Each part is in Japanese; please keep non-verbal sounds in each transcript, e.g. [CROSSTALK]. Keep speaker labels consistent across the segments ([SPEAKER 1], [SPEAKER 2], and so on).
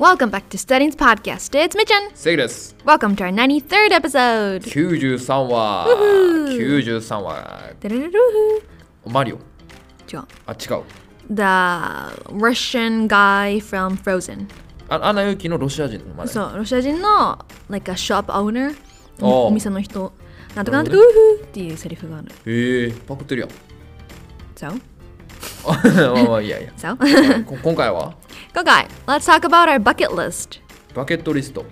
[SPEAKER 1] Welcome back to Studying's podcast. It's Mitchin.
[SPEAKER 2] セイです
[SPEAKER 1] Welcome to our 93rd episode.
[SPEAKER 2] 93話
[SPEAKER 1] うふ
[SPEAKER 2] 93話
[SPEAKER 1] Da-da-da-doo-hoo.
[SPEAKER 2] マリオ
[SPEAKER 1] John.
[SPEAKER 2] あ違う
[SPEAKER 1] The Russian guy from Frozen.
[SPEAKER 2] あアナ雪のロシア人のマリ
[SPEAKER 1] そう、ロシア人の、like a shop owner、
[SPEAKER 2] おう
[SPEAKER 1] [LAUGHS] お店の人、なんとかなんとか、
[SPEAKER 2] な
[SPEAKER 1] う
[SPEAKER 2] る
[SPEAKER 1] ふっていうセリフがある。
[SPEAKER 2] オへえパクってるや [LAUGHS] ん
[SPEAKER 1] So,
[SPEAKER 2] あまあまあいやいや
[SPEAKER 1] so. [LAUGHS]
[SPEAKER 2] こ今回は
[SPEAKER 1] 今回、let's talk about our bucket list.
[SPEAKER 2] バケットリスト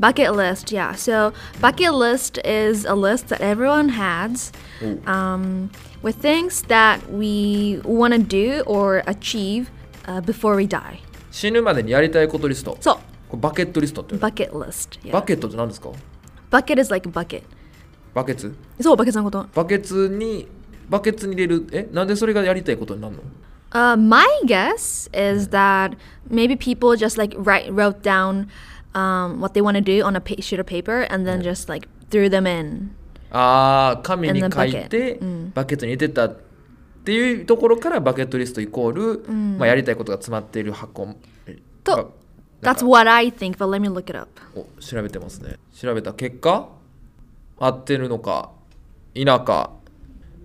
[SPEAKER 1] Bucket list, yeah. So, bucket list is a list that everyone has
[SPEAKER 2] Ooh.
[SPEAKER 1] um, with things that we want to do or achieve uh, before we die.
[SPEAKER 2] 死ぬまでにやりたいことリスト
[SPEAKER 1] So,
[SPEAKER 2] これバケットリストって言うの
[SPEAKER 1] bucket list.
[SPEAKER 2] バ
[SPEAKER 1] Yeah.
[SPEAKER 2] ケットって何ですか
[SPEAKER 1] Bucket is like a bucket.
[SPEAKER 2] バケツ
[SPEAKER 1] そう、バケツのこと。
[SPEAKER 2] バケツにバケツに入れるえなんでそれがやりたいことになるの
[SPEAKER 1] Uh, my guess is that maybe people just like write wrote down um, what they want to do on a pa- sheet of paper and then just like threw them in.
[SPEAKER 2] あー紙に
[SPEAKER 1] And the
[SPEAKER 2] 書
[SPEAKER 1] bucket.
[SPEAKER 2] いて
[SPEAKER 1] うん
[SPEAKER 2] バケットに入れてたっていうところからバケットリストイコール、まあ、やりたいことが詰まっている箱
[SPEAKER 1] と
[SPEAKER 2] が
[SPEAKER 1] That's what I think, but let me look it up.
[SPEAKER 2] お調べてますね調べた結果合ってるのか否か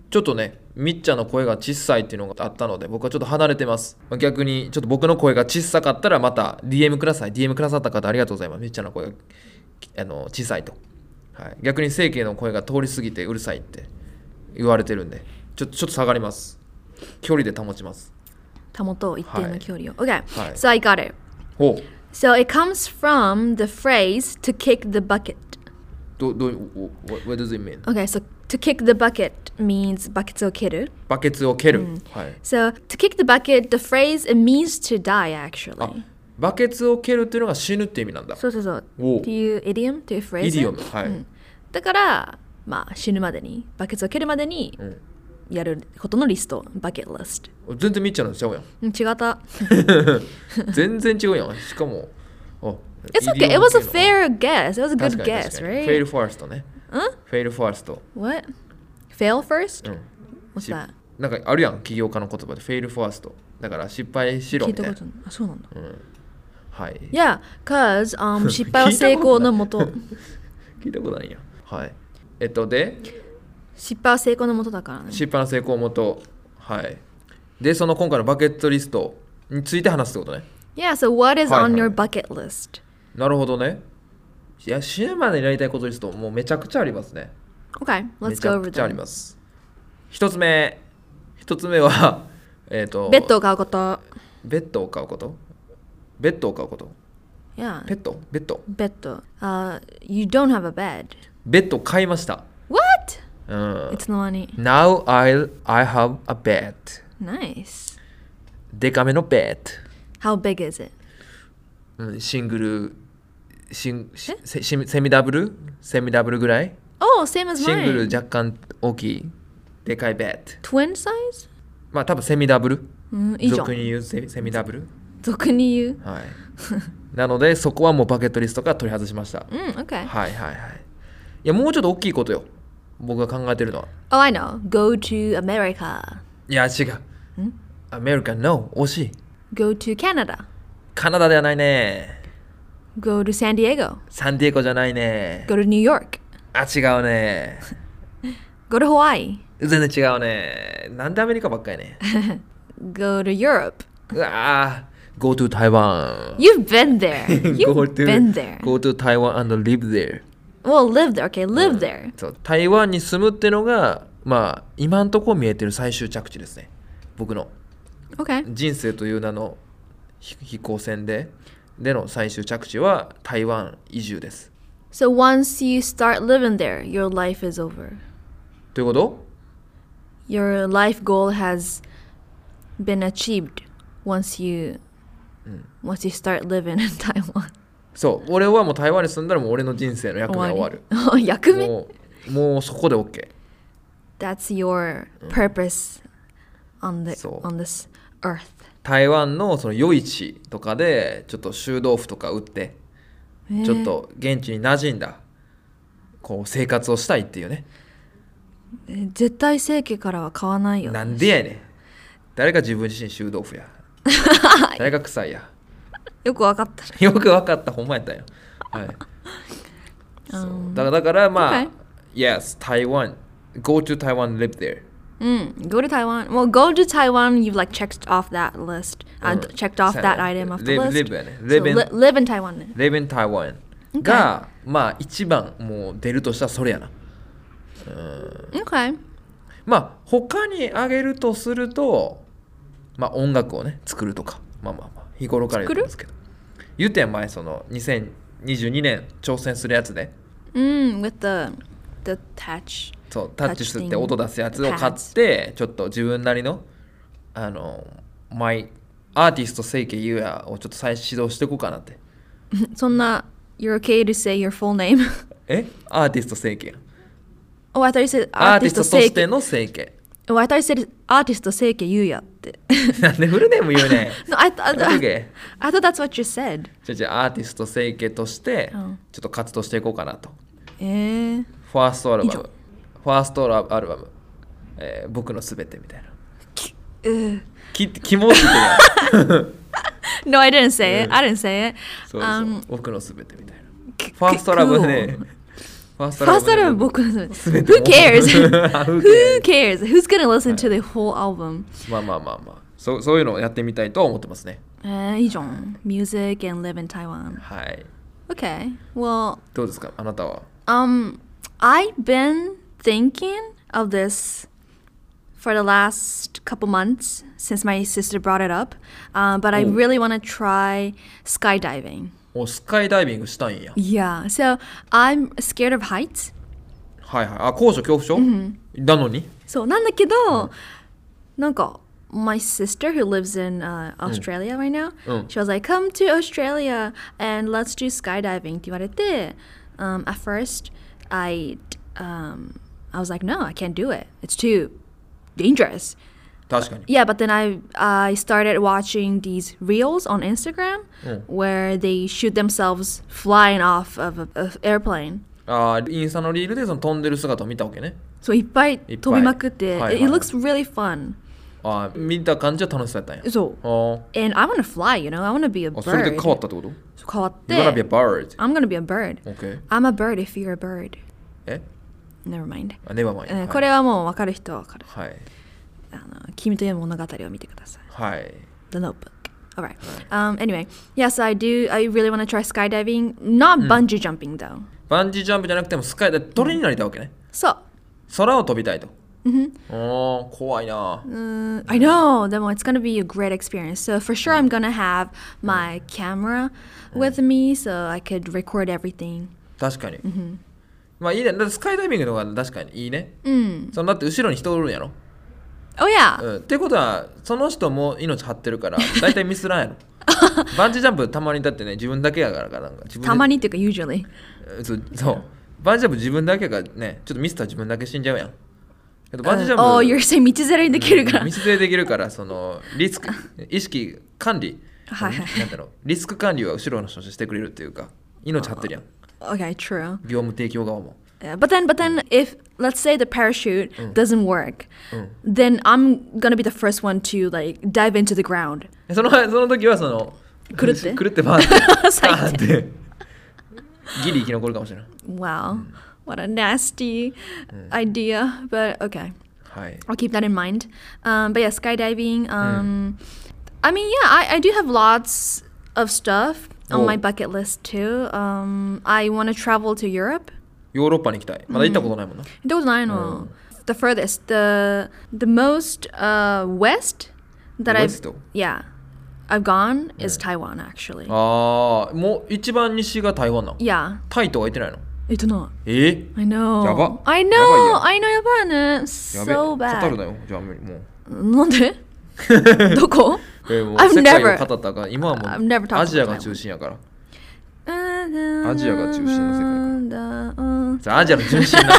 [SPEAKER 2] ちょっとねみっちゃんの声が小さいっていうのがあったので僕はちょっと離れてますまあ逆にちょっと僕の声が小さかったらまた DM ください DM くださった方ありがとうございますみっちゃんの声がきあの小さいと、はい、逆に整形の声が通り過ぎてうるさいって言われてるんでちょっとちょっと下がります距離で保ちます
[SPEAKER 1] たもと一定の距離を。Okay,
[SPEAKER 2] はい。
[SPEAKER 1] so I got it.
[SPEAKER 2] ほう
[SPEAKER 1] So it comes from the phrase to kick the bucket.
[SPEAKER 2] どどう what, what does it mean?
[SPEAKER 1] Okay, so to kick the bucket means buckets will kill.
[SPEAKER 2] バケツを蹴る、はい
[SPEAKER 1] So to kick the bucket, the phrase it means to die
[SPEAKER 2] あ
[SPEAKER 1] actually.
[SPEAKER 2] バケツを蹴るっていうのが死ぬって意味なんだ。
[SPEAKER 1] そうそうそう。
[SPEAKER 2] おう
[SPEAKER 1] っていうイディオムっていうフレーズ。
[SPEAKER 2] イディオムはい
[SPEAKER 1] うんだから、まあ死ぬまでに、バケツを蹴るまでに
[SPEAKER 2] ん
[SPEAKER 1] やることのリスト、バケットリスト。
[SPEAKER 2] 全然みっちゃんのちゃうや
[SPEAKER 1] うん違った。
[SPEAKER 2] ん。全然違うやん。しかも、あ
[SPEAKER 1] It's
[SPEAKER 2] イデ
[SPEAKER 1] okay.
[SPEAKER 2] ィ
[SPEAKER 1] It
[SPEAKER 2] オム
[SPEAKER 1] was
[SPEAKER 2] 系
[SPEAKER 1] a
[SPEAKER 2] の
[SPEAKER 1] fair guess. It was a
[SPEAKER 2] 確
[SPEAKER 1] good
[SPEAKER 2] かに確
[SPEAKER 1] guess,
[SPEAKER 2] かにフェイル
[SPEAKER 1] right?
[SPEAKER 2] ファーストね。
[SPEAKER 1] Huh?
[SPEAKER 2] フェイルファースト。
[SPEAKER 1] What? Fail first?
[SPEAKER 2] うん
[SPEAKER 1] What's that?
[SPEAKER 2] なんかあるやん、起業家の言葉で。フェイルファースト。だから失敗しろ
[SPEAKER 1] 聞い
[SPEAKER 2] み
[SPEAKER 1] た
[SPEAKER 2] たい
[SPEAKER 1] こと。
[SPEAKER 2] な
[SPEAKER 1] ない。あ、Ah, そうなんだ。
[SPEAKER 2] はい。
[SPEAKER 1] Yeah, cause um 失敗は成功のもと。
[SPEAKER 2] 聞いたことないやん。はい。えっと、で、
[SPEAKER 1] 失敗は成功のもとだからね。
[SPEAKER 2] 失敗の成功元。はい。で、その今回のバケットリストについて話すってことね。
[SPEAKER 1] Yeah, so what is
[SPEAKER 2] はいはい
[SPEAKER 1] on your bucket list?
[SPEAKER 2] なるほどね。いや、死ぬまでにやりたいことリスト、もうめちゃくちゃありますね。
[SPEAKER 1] Okay,
[SPEAKER 2] め
[SPEAKER 1] let's
[SPEAKER 2] ち
[SPEAKER 1] go
[SPEAKER 2] ゃ
[SPEAKER 1] over
[SPEAKER 2] くちゃあり
[SPEAKER 1] them.
[SPEAKER 2] ます。一つ目、一つ目は、 [LAUGHS] えっ、と、
[SPEAKER 1] ベッドを買うこと。
[SPEAKER 2] ベッドを買うこと。ベッドを買うこと。
[SPEAKER 1] Yeah,
[SPEAKER 2] ペットベッド。
[SPEAKER 1] ベッド。Uh, you don't have a bed.
[SPEAKER 2] ベッド買いました。
[SPEAKER 1] What?
[SPEAKER 2] うん
[SPEAKER 1] い。つの間に。
[SPEAKER 2] Now I'll, I have a bed.
[SPEAKER 1] Nice.
[SPEAKER 2] デカめのベッ
[SPEAKER 1] How big is it?
[SPEAKER 2] ド。うん、シングル、シンしセシミセミダブルセミダブルぐらい
[SPEAKER 1] Oh, same as
[SPEAKER 2] シングル
[SPEAKER 1] mine.
[SPEAKER 2] 若干大きい。でかいベッド。
[SPEAKER 1] Twin size? Mm,
[SPEAKER 2] まあ多分セミダブル。
[SPEAKER 1] うん、いいじゃ
[SPEAKER 2] 俗
[SPEAKER 1] ん。
[SPEAKER 2] に言うセミセミダブル。
[SPEAKER 1] 俗に言う。 [LAUGHS]
[SPEAKER 2] はい。なのでそこはもうバケットリストから取り外しました。
[SPEAKER 1] うん、Okay. Mm,
[SPEAKER 2] はいはいはい。いや、もうちょっと大きいことよ。僕が考えてるのは。
[SPEAKER 1] Oh, I know. Go to America.
[SPEAKER 2] いや、違う。アメリカン、no、惜しい。
[SPEAKER 1] Go to Canada.
[SPEAKER 2] カナダではないね。
[SPEAKER 1] Go to San Diego.
[SPEAKER 2] サンディエゴじゃないね。
[SPEAKER 1] Go to New York.
[SPEAKER 2] あ、違うね。
[SPEAKER 1] Go to Hawaii.
[SPEAKER 2] 全然違うね。なんでアメリカばっかりね。
[SPEAKER 1] Go to Europe.
[SPEAKER 2] うわぁ。Go to Taiwan.
[SPEAKER 1] You've been there.
[SPEAKER 2] [LAUGHS] go
[SPEAKER 1] You've
[SPEAKER 2] to,
[SPEAKER 1] been there.
[SPEAKER 2] Go to Taiwan and live there.
[SPEAKER 1] Well, live there. Okay, live there.
[SPEAKER 2] そう台湾に住むってのが、まあ、今んとこ見えてる最終着地ですね。僕の。
[SPEAKER 1] Okay.
[SPEAKER 2] 人生という名の飛飛行船ででの最終着地は台湾移住です。
[SPEAKER 1] So once you start living there, your life is over.
[SPEAKER 2] ということ
[SPEAKER 1] Your life goal has been achieved once you
[SPEAKER 2] Mm.
[SPEAKER 1] once you start living in [LAUGHS] Taiwan.
[SPEAKER 2] そう俺はもう台湾に住んだらもう俺の人生の役目は終
[SPEAKER 1] [LAUGHS]
[SPEAKER 2] わる。
[SPEAKER 1] Oh, 役目?
[SPEAKER 2] もうもうそこで OK。
[SPEAKER 1] That's your
[SPEAKER 2] Mm.
[SPEAKER 1] purpose on the
[SPEAKER 2] そう。
[SPEAKER 1] on this earth.
[SPEAKER 2] 台湾のその夜市とかでちょっと臭豆腐とか売ってちょっと現地に馴染んだこう生活をしたいっていう
[SPEAKER 1] Eh,
[SPEAKER 2] ね。
[SPEAKER 1] えー、絶対正規からは買わないよ。
[SPEAKER 2] [LAUGHS] なんでやねん。誰が自分自身臭豆腐や。誰が臭いや。
[SPEAKER 1] よくわかった。
[SPEAKER 2] [LAUGHS] よくわかったほんまやったんやはい
[SPEAKER 1] [LAUGHS]
[SPEAKER 2] そうだからだからまあ
[SPEAKER 1] Okay.
[SPEAKER 2] Yes Taiwan Go to Taiwan live there
[SPEAKER 1] Mm, go to Taiwan. Well, go to Taiwan. You've like checked off that list. Uh,
[SPEAKER 2] Mm.
[SPEAKER 1] checked off
[SPEAKER 2] So,
[SPEAKER 1] that item off the
[SPEAKER 2] live-
[SPEAKER 1] list.
[SPEAKER 2] live in it.
[SPEAKER 1] So,
[SPEAKER 2] Live in-
[SPEAKER 1] li- live in Taiwan.
[SPEAKER 2] Live in Taiwan
[SPEAKER 1] Okay.
[SPEAKER 2] がまあ一番もう出るとしたらそれやな
[SPEAKER 1] Okay.
[SPEAKER 2] まあ他にあげるとするとまあ音楽をね作るとかまあまあまあ日頃から言ってますけど言うてん前その2022年挑戦するやつで
[SPEAKER 1] Mm, with the the touch.
[SPEAKER 2] そうタッチするって
[SPEAKER 1] タッチ
[SPEAKER 2] 音出すやつを買っ
[SPEAKER 1] パッ
[SPEAKER 2] てちょっと自分なりのあのマイアーティスト清家優也をちょっと再始動していこうかなって
[SPEAKER 1] [LAUGHS] So not you're okay to say your full name. [LAUGHS]
[SPEAKER 2] えアーティスト清家
[SPEAKER 1] oh, I thought you said
[SPEAKER 2] アーテ
[SPEAKER 1] artist
[SPEAKER 2] ィストとして
[SPEAKER 1] Seiki.
[SPEAKER 2] の清家
[SPEAKER 1] Oh, I thought you said artist Seiki Yuya.
[SPEAKER 2] なんでフルネーム言うね
[SPEAKER 1] [LAUGHS] no, I thought
[SPEAKER 2] ん OK
[SPEAKER 1] I thought that's what you said.
[SPEAKER 2] じゃあじゃあアーティスト清家として
[SPEAKER 1] うん
[SPEAKER 2] ちょっと活動していこうかなと
[SPEAKER 1] Eh.
[SPEAKER 2] ファーストアルバ
[SPEAKER 1] 以上
[SPEAKER 2] ムファーストアルアルバム、えー僕のすべてみたいな
[SPEAKER 1] Ugh.
[SPEAKER 2] き気持ちいいけど
[SPEAKER 1] [LAUGHS] No, I didn't say it. I didn't say it.
[SPEAKER 2] そうそう、
[SPEAKER 1] Um,
[SPEAKER 2] 僕のすべてみたいな
[SPEAKER 1] c-
[SPEAKER 2] ファーストラブね
[SPEAKER 1] cool.。
[SPEAKER 2] ファース
[SPEAKER 1] ファーストアルバム僕の
[SPEAKER 2] 全て
[SPEAKER 1] [LAUGHS] Who cares?
[SPEAKER 2] あ Who
[SPEAKER 1] Who cares? Who's gonna listen to the whole album?
[SPEAKER 2] まあまあまあまあ。そうそういうのをやってみたいとは思ってますね。
[SPEAKER 1] えー、いいじゃん。Music and live in Taiwan.
[SPEAKER 2] はい。
[SPEAKER 1] Okay. Well,
[SPEAKER 2] どうですかあなたは。
[SPEAKER 1] um, I've been thinking of this for the last couple months since my sister brought it up, uh, but I
[SPEAKER 2] Oh.
[SPEAKER 1] really want to try skydiving.
[SPEAKER 2] おスカイダイビングしたいんや。
[SPEAKER 1] Yeah. So I'm scared of heights.
[SPEAKER 2] はいはい。あ、高所恐怖症、なのに
[SPEAKER 1] そうなんだけど、なんか My sister who lives in、uh, Australia right now、
[SPEAKER 2] うん
[SPEAKER 1] she was like come to Australia and let's do skydiving って言われて、um, at first I、um, I was like no I can't do it it's too dangerous
[SPEAKER 2] 確かに。
[SPEAKER 1] Yeah, but then I I started watching these reels on Instagram
[SPEAKER 2] Mm.
[SPEAKER 1] where they shoot themselves flying off of a of airplane.
[SPEAKER 2] あーインスタのリールでその飛んでる姿を見たわけね。
[SPEAKER 1] そういっぱい飛びまくっ
[SPEAKER 2] い
[SPEAKER 1] て、
[SPEAKER 2] っぱいはい
[SPEAKER 1] it,
[SPEAKER 2] はい
[SPEAKER 1] it looks really fun.
[SPEAKER 2] あー見た感じは楽しそうやったんや。
[SPEAKER 1] そう。
[SPEAKER 2] あー
[SPEAKER 1] And I want to fly, you know? I want to be a
[SPEAKER 2] あそれ
[SPEAKER 1] bird.
[SPEAKER 2] で変わったってこと
[SPEAKER 1] 変わって。
[SPEAKER 2] ?You're gonna be a bird.
[SPEAKER 1] I'm gonna be a bird.
[SPEAKER 2] Okay.
[SPEAKER 1] I'm a bird if you're a bird.
[SPEAKER 2] え
[SPEAKER 1] Never mind. Eh,
[SPEAKER 2] あ、ネバマイ。
[SPEAKER 1] えーこれはもう分かる人は分かる。
[SPEAKER 2] はい。
[SPEAKER 1] あの君という物語を見てください。
[SPEAKER 2] はい。
[SPEAKER 1] The Notebook. Alright. Um, anyway, yes, I do. I really want to try skydiving. Not
[SPEAKER 2] Hmm.
[SPEAKER 1] bungee jumping though.
[SPEAKER 2] バンジージャンプじゃなくてもスカイダイ鳥になりたいわけね。
[SPEAKER 1] So, uh,
[SPEAKER 2] 空を飛びたいと。おー怖いな。
[SPEAKER 1] uh, I know. Then it's gonna be a great experience. So for sure, I'm gonna have my camera with me so I could record everything.
[SPEAKER 2] 確かに、まあいいねだってスカイダイビングの方が確かにいいね、そのだって後ろに人おるんやろ、
[SPEAKER 1] Oh yeah.
[SPEAKER 2] うん、ってことはその人も命張ってるから大体ミ
[SPEAKER 1] [LAUGHS]
[SPEAKER 2] スらんやろバンジージャンプたまにだってね自分だけやからかなんか自分で
[SPEAKER 1] たまにっていうか usually.
[SPEAKER 2] うんそうそうバンジージャンプ自分だけがねちょっとミスったら自分だけ死んじゃうやんけどバンジージャンプ、
[SPEAKER 1] oh, you're saying 道連れにできるから
[SPEAKER 2] 見。せできるからそのリスク意識管理
[SPEAKER 1] はいはい
[SPEAKER 2] なんだろうリスク管理は後ろの人がしてくれるっていうか命張ってるやん
[SPEAKER 1] Okay, true.
[SPEAKER 2] 業務提供側も
[SPEAKER 1] Yeah, but then, but then, if let's say the parachute doesn't work, then I'm gonna be the first one to like dive into the ground.
[SPEAKER 2] そのそ [LAUGHS] の時はその
[SPEAKER 1] 狂って
[SPEAKER 2] 狂って回って
[SPEAKER 1] [LAUGHS] 最低
[SPEAKER 2] あーってギリ生き残るかもしれない
[SPEAKER 1] Wow, what a nasty idea. But okay,
[SPEAKER 2] はい
[SPEAKER 1] I'll keep that in mind. Um, but yeah, skydiving. Um, I mean, yeah, I, I do have lots of stuff on
[SPEAKER 2] Oh.
[SPEAKER 1] my bucket list too. Um, I want to travel to Europe.
[SPEAKER 2] ヨーロッパに行きたいまだ行ったことないもんな、
[SPEAKER 1] どうなんやろう？The furthest, the the most uh, west that
[SPEAKER 2] West?
[SPEAKER 1] I've yeah, I've gone is Taiwan actually.
[SPEAKER 2] Oh. ああもう一番西が台湾なの
[SPEAKER 1] Yeah,
[SPEAKER 2] タイとか行ってないの
[SPEAKER 1] it's not.
[SPEAKER 2] えー
[SPEAKER 1] I know.
[SPEAKER 2] やば。
[SPEAKER 1] I
[SPEAKER 2] やばいやん。
[SPEAKER 1] know. I know. やばいね。
[SPEAKER 2] やべえ
[SPEAKER 1] So
[SPEAKER 2] 語る
[SPEAKER 1] bad.
[SPEAKER 2] なよじゃあもうもう
[SPEAKER 1] なんで？どこ？
[SPEAKER 2] [LAUGHS] えーもう
[SPEAKER 1] I've
[SPEAKER 2] 世界
[SPEAKER 1] never-
[SPEAKER 2] を語ったから今はも
[SPEAKER 1] I've never
[SPEAKER 2] う
[SPEAKER 1] talked
[SPEAKER 2] アジア
[SPEAKER 1] about
[SPEAKER 2] が
[SPEAKER 1] Taiwan
[SPEAKER 2] 中心やからじゃあアジアの純真な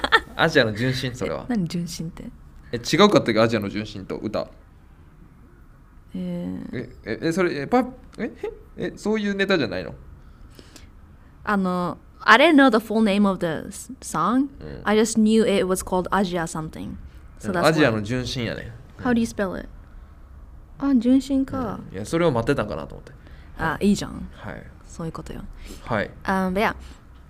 [SPEAKER 1] [LAUGHS]
[SPEAKER 2] アジアの純真それは
[SPEAKER 1] 何純真って？えー、
[SPEAKER 2] え違うかったっけアジアの純真と歌
[SPEAKER 1] Eh,
[SPEAKER 2] えええそれえパえええそういうネタじゃないの
[SPEAKER 1] あの I didn't know the full name of the s- song. I just knew it was called Asia something. So
[SPEAKER 2] ア
[SPEAKER 1] that's
[SPEAKER 2] ジア
[SPEAKER 1] why.
[SPEAKER 2] の純真やね
[SPEAKER 1] How do you spell it? あ、純真か。
[SPEAKER 2] いやそれを待ってたんかなと思って
[SPEAKER 1] あいいじゃん
[SPEAKER 2] はい
[SPEAKER 1] そういうことよ
[SPEAKER 2] はい
[SPEAKER 1] Ah, Um, but yeah.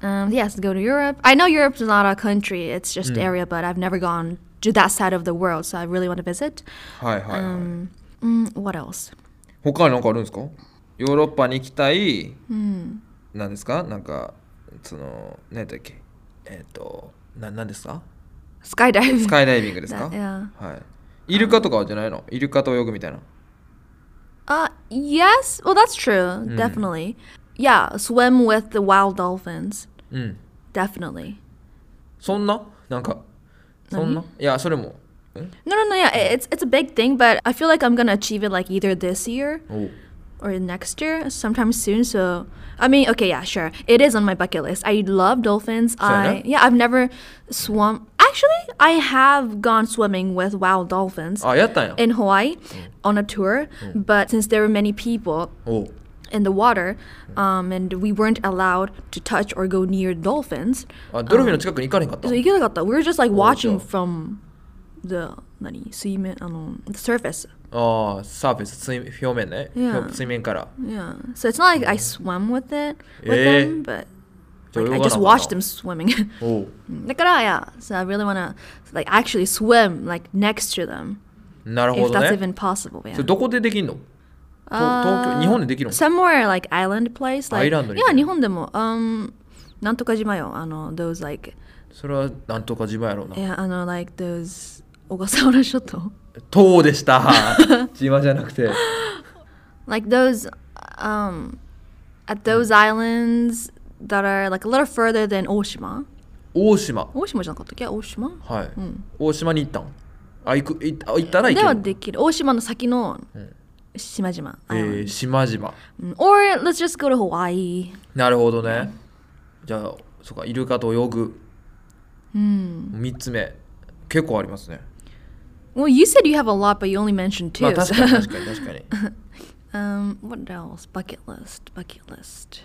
[SPEAKER 1] Um, yes, go to Europe. I know Europe's not a country, it's just area, but I've never gone to that side of the world, so I really want to visit.
[SPEAKER 2] はいはいはい、
[SPEAKER 1] Um, mm, what else?
[SPEAKER 2] 他に何かあるんですかヨーロッパに行きたい、
[SPEAKER 1] Hmm.
[SPEAKER 2] なんですかなんかその何だっけえっ、とな何ですか
[SPEAKER 1] Skydiving. [LAUGHS]
[SPEAKER 2] スカイダイビングですか
[SPEAKER 1] いや
[SPEAKER 2] はいイルカとかはじゃないのイルカと泳ぐみたいな
[SPEAKER 1] uh, yes. Well, that's true. Definitely. Yeah, swim with the wild dolphins.
[SPEAKER 2] うん
[SPEAKER 1] Definitely. Mm-hmm.
[SPEAKER 2] そんななんかそんないやそれもん
[SPEAKER 1] No, no, no. Yeah, it- it's it's a big thing, but I feel like I'm gonna achieve it like either this year
[SPEAKER 2] おう
[SPEAKER 1] or next year, sometime soon. So, I mean, okay, yeah, sure. It is on my bucket list. I love dolphins. I
[SPEAKER 2] enough.
[SPEAKER 1] yeah, I've never swum. Actually, I have gone swimming with wild dolphins
[SPEAKER 2] あやったんや
[SPEAKER 1] in Hawaii on
[SPEAKER 2] Mm.
[SPEAKER 1] a tour, but since there were many people
[SPEAKER 2] おう
[SPEAKER 1] in the water, um, and we weren't allowed to touch or go near dolphins,
[SPEAKER 2] あドルフィンの近くに行かれへんかった
[SPEAKER 1] so 行けなかった. we were just like watching
[SPEAKER 2] so-
[SPEAKER 1] from the 何水面あの the surface.
[SPEAKER 2] ああサーフェス水表面ね、
[SPEAKER 1] Yeah.
[SPEAKER 2] 表水面から
[SPEAKER 1] Yeah. So it's not like I swam with it with them,
[SPEAKER 2] Mm. Eh.
[SPEAKER 1] but
[SPEAKER 2] So
[SPEAKER 1] like,
[SPEAKER 2] you
[SPEAKER 1] I
[SPEAKER 2] wanna
[SPEAKER 1] just
[SPEAKER 2] hold
[SPEAKER 1] watched
[SPEAKER 2] on.
[SPEAKER 1] them swimming. [LAUGHS]
[SPEAKER 2] おう
[SPEAKER 1] Nakara, yeah. So I really wanna like actually swim like next to them.
[SPEAKER 2] なるほ
[SPEAKER 1] If
[SPEAKER 2] ど
[SPEAKER 1] that's
[SPEAKER 2] ね
[SPEAKER 1] even possible, yeah. Uh,
[SPEAKER 2] それどこでできんのと東京日本でできるの
[SPEAKER 1] Somewhere like island place. Like,
[SPEAKER 2] アイランドに
[SPEAKER 1] yeah, 日本でも um なんとか島よあの those like
[SPEAKER 2] それはなんとか自慢やろうな
[SPEAKER 1] yeah あの like those 小笠原諸島
[SPEAKER 2] 塔でした
[SPEAKER 1] [LAUGHS]
[SPEAKER 2] 自慢じゃなくて
[SPEAKER 1] like those um at those islands that are like a little further than 大島
[SPEAKER 2] 大島
[SPEAKER 1] 大島じゃなかったっけ大島
[SPEAKER 2] はい、大島に行ったんあ行く行ったあ行ったら
[SPEAKER 1] で
[SPEAKER 2] 行け
[SPEAKER 1] は
[SPEAKER 2] る
[SPEAKER 1] できる大島の先の島々、
[SPEAKER 2] えー、島々
[SPEAKER 1] Island. Mm, Or let's just go to Hawaii
[SPEAKER 2] なるほどねじゃあそうかイルカと泳ぐうん3つ目結構ありますね
[SPEAKER 1] Well you said you have a lot but you only mentioned
[SPEAKER 2] ま
[SPEAKER 1] two
[SPEAKER 2] あ
[SPEAKER 1] [LAUGHS]
[SPEAKER 2] 確かに確かに確かに [LAUGHS]
[SPEAKER 1] um, What else? Bucket list Bucket list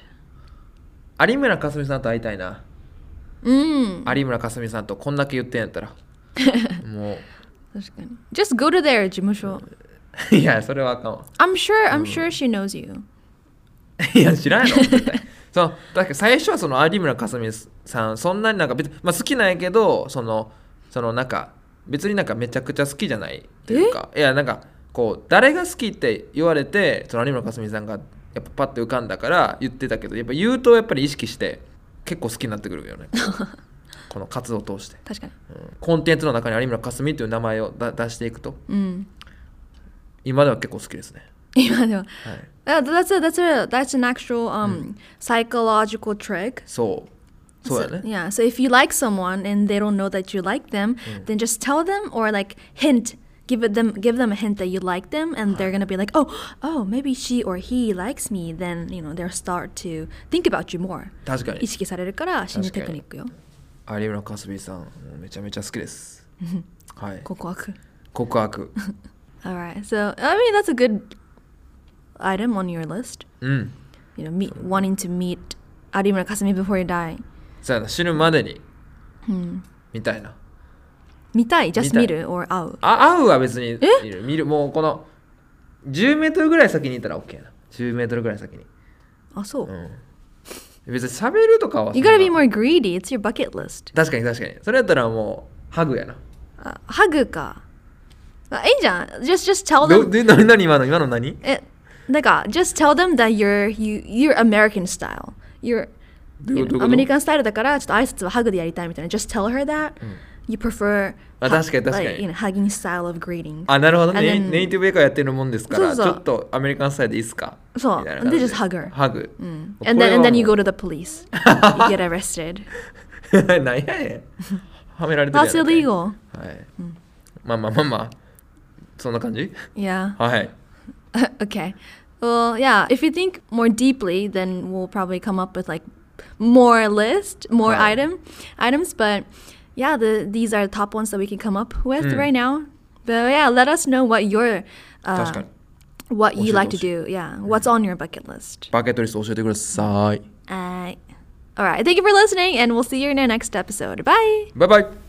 [SPEAKER 2] 有村架純さんと会いたいな
[SPEAKER 1] うん
[SPEAKER 2] 有村架純さんとこんだけ言ってんやったら
[SPEAKER 1] [LAUGHS]
[SPEAKER 2] も
[SPEAKER 1] 確かに Just go to their 事務所
[SPEAKER 2] ういやそれはあかんわ
[SPEAKER 1] I'm sure I'm sure she knows [LAUGHS] you
[SPEAKER 2] いや知らんやろ絶対そのだから最初はその有村架純さんそんなになんか別に、まあ、好きなんやけどそのそのなんか別になんかめちゃくちゃ好きじゃないというかいやなんかこう誰が好きって言われてその有村架純さんがやっぱパッと浮かんだから言ってたけどやっぱ言うとやっぱり意識して結構好きになってくるよねこの活動を通して、
[SPEAKER 1] 確かに
[SPEAKER 2] うんコンテンツの中に有村架純という名前をだ出していくと
[SPEAKER 1] [LAUGHS] うん
[SPEAKER 2] 今では結構好きですね、
[SPEAKER 1] 今では
[SPEAKER 2] は
[SPEAKER 1] Uh,
[SPEAKER 2] い、
[SPEAKER 1] that's a, that's a, that's an actual um psychological trick
[SPEAKER 2] そうそうや
[SPEAKER 1] So-
[SPEAKER 2] ね
[SPEAKER 1] yeah. So if you like someone and they don't know that you like them, then just tell them or like hint, give it them, give them a hint that you like them, and they're gonna be like, oh, oh, maybe she or he likes me. Then you know they'll start to think about you more.
[SPEAKER 2] 確かに
[SPEAKER 1] 意識されるから心理テクニックよ。
[SPEAKER 2] 有村架純さんもうめちゃめちゃ好き [LAUGHS] ですはい
[SPEAKER 1] 告白。
[SPEAKER 2] 告白
[SPEAKER 1] Alright. So I mean that's a good item on your list.
[SPEAKER 2] うん
[SPEAKER 1] You know, meet, wanting to meet Arimura Kasumi before you die.
[SPEAKER 2] そうやな死ぬまでにみたいな
[SPEAKER 1] 見たい、
[SPEAKER 2] 見
[SPEAKER 1] just
[SPEAKER 2] たい
[SPEAKER 1] 見る or 会う。
[SPEAKER 2] あ会うは別にいる見るもうこの10メートルぐらい先にいたら OK やな10メートルぐらい先に
[SPEAKER 1] あ、そう。
[SPEAKER 2] 別に喋るとかは
[SPEAKER 1] Oh, You
[SPEAKER 2] そん
[SPEAKER 1] gotta
[SPEAKER 2] な
[SPEAKER 1] be more greedy. It's your bucket list.
[SPEAKER 2] 確かに確かにそれやったらもうハグやな
[SPEAKER 1] あハグか。あいいじゃん。Just, Uh, just tell
[SPEAKER 2] ど
[SPEAKER 1] them.
[SPEAKER 2] で何何今の今の何
[SPEAKER 1] え、なんか、just tell them that you're, you, you're American style. You're,
[SPEAKER 2] どういうことどういうこと
[SPEAKER 1] アメリカンスタイルだから、ちょっと挨拶はハグでやりたいみたいな。Just tell her that、you
[SPEAKER 2] Mm.
[SPEAKER 1] prefer
[SPEAKER 2] あ確かに確かに
[SPEAKER 1] like, you know, hugging style of greeting.
[SPEAKER 2] あなるほどね
[SPEAKER 1] And
[SPEAKER 2] ネイ
[SPEAKER 1] then-
[SPEAKER 2] ネイティブ英会話やってるもんですから
[SPEAKER 1] そうそう
[SPEAKER 2] ちょっとアメリカンスタイルでいいっすか
[SPEAKER 1] そう
[SPEAKER 2] みたいな感じ
[SPEAKER 1] They just hug her
[SPEAKER 2] ハグ、
[SPEAKER 1] Mm. and, then,
[SPEAKER 2] こ
[SPEAKER 1] and
[SPEAKER 2] れは
[SPEAKER 1] then
[SPEAKER 2] も
[SPEAKER 1] you
[SPEAKER 2] う
[SPEAKER 1] go to the police. you get arrested.
[SPEAKER 2] [LAUGHS] なんやねん。はめられてるやん
[SPEAKER 1] That's illegal. Mm.
[SPEAKER 2] はい。まあまあまあまあ。そんな感じ
[SPEAKER 1] Yeah.
[SPEAKER 2] はい。
[SPEAKER 1] [LAUGHS] okay. Well, yeah, if you think more deeply, then we'll probably come up with like more list, more
[SPEAKER 2] Right.
[SPEAKER 1] item items, but yeah, the these are the top ones that we can come up with right now. But yeah, let us know what your
[SPEAKER 2] 確か
[SPEAKER 1] uh,
[SPEAKER 2] に。
[SPEAKER 1] what you like to
[SPEAKER 2] 教えてほしい。
[SPEAKER 1] do. Yeah, what's on your bucket list.
[SPEAKER 2] バケットリスト教えてください。
[SPEAKER 1] Uh, all right. Thank you for listening and we'll see you in our next episode. Bye.
[SPEAKER 2] バイバイ。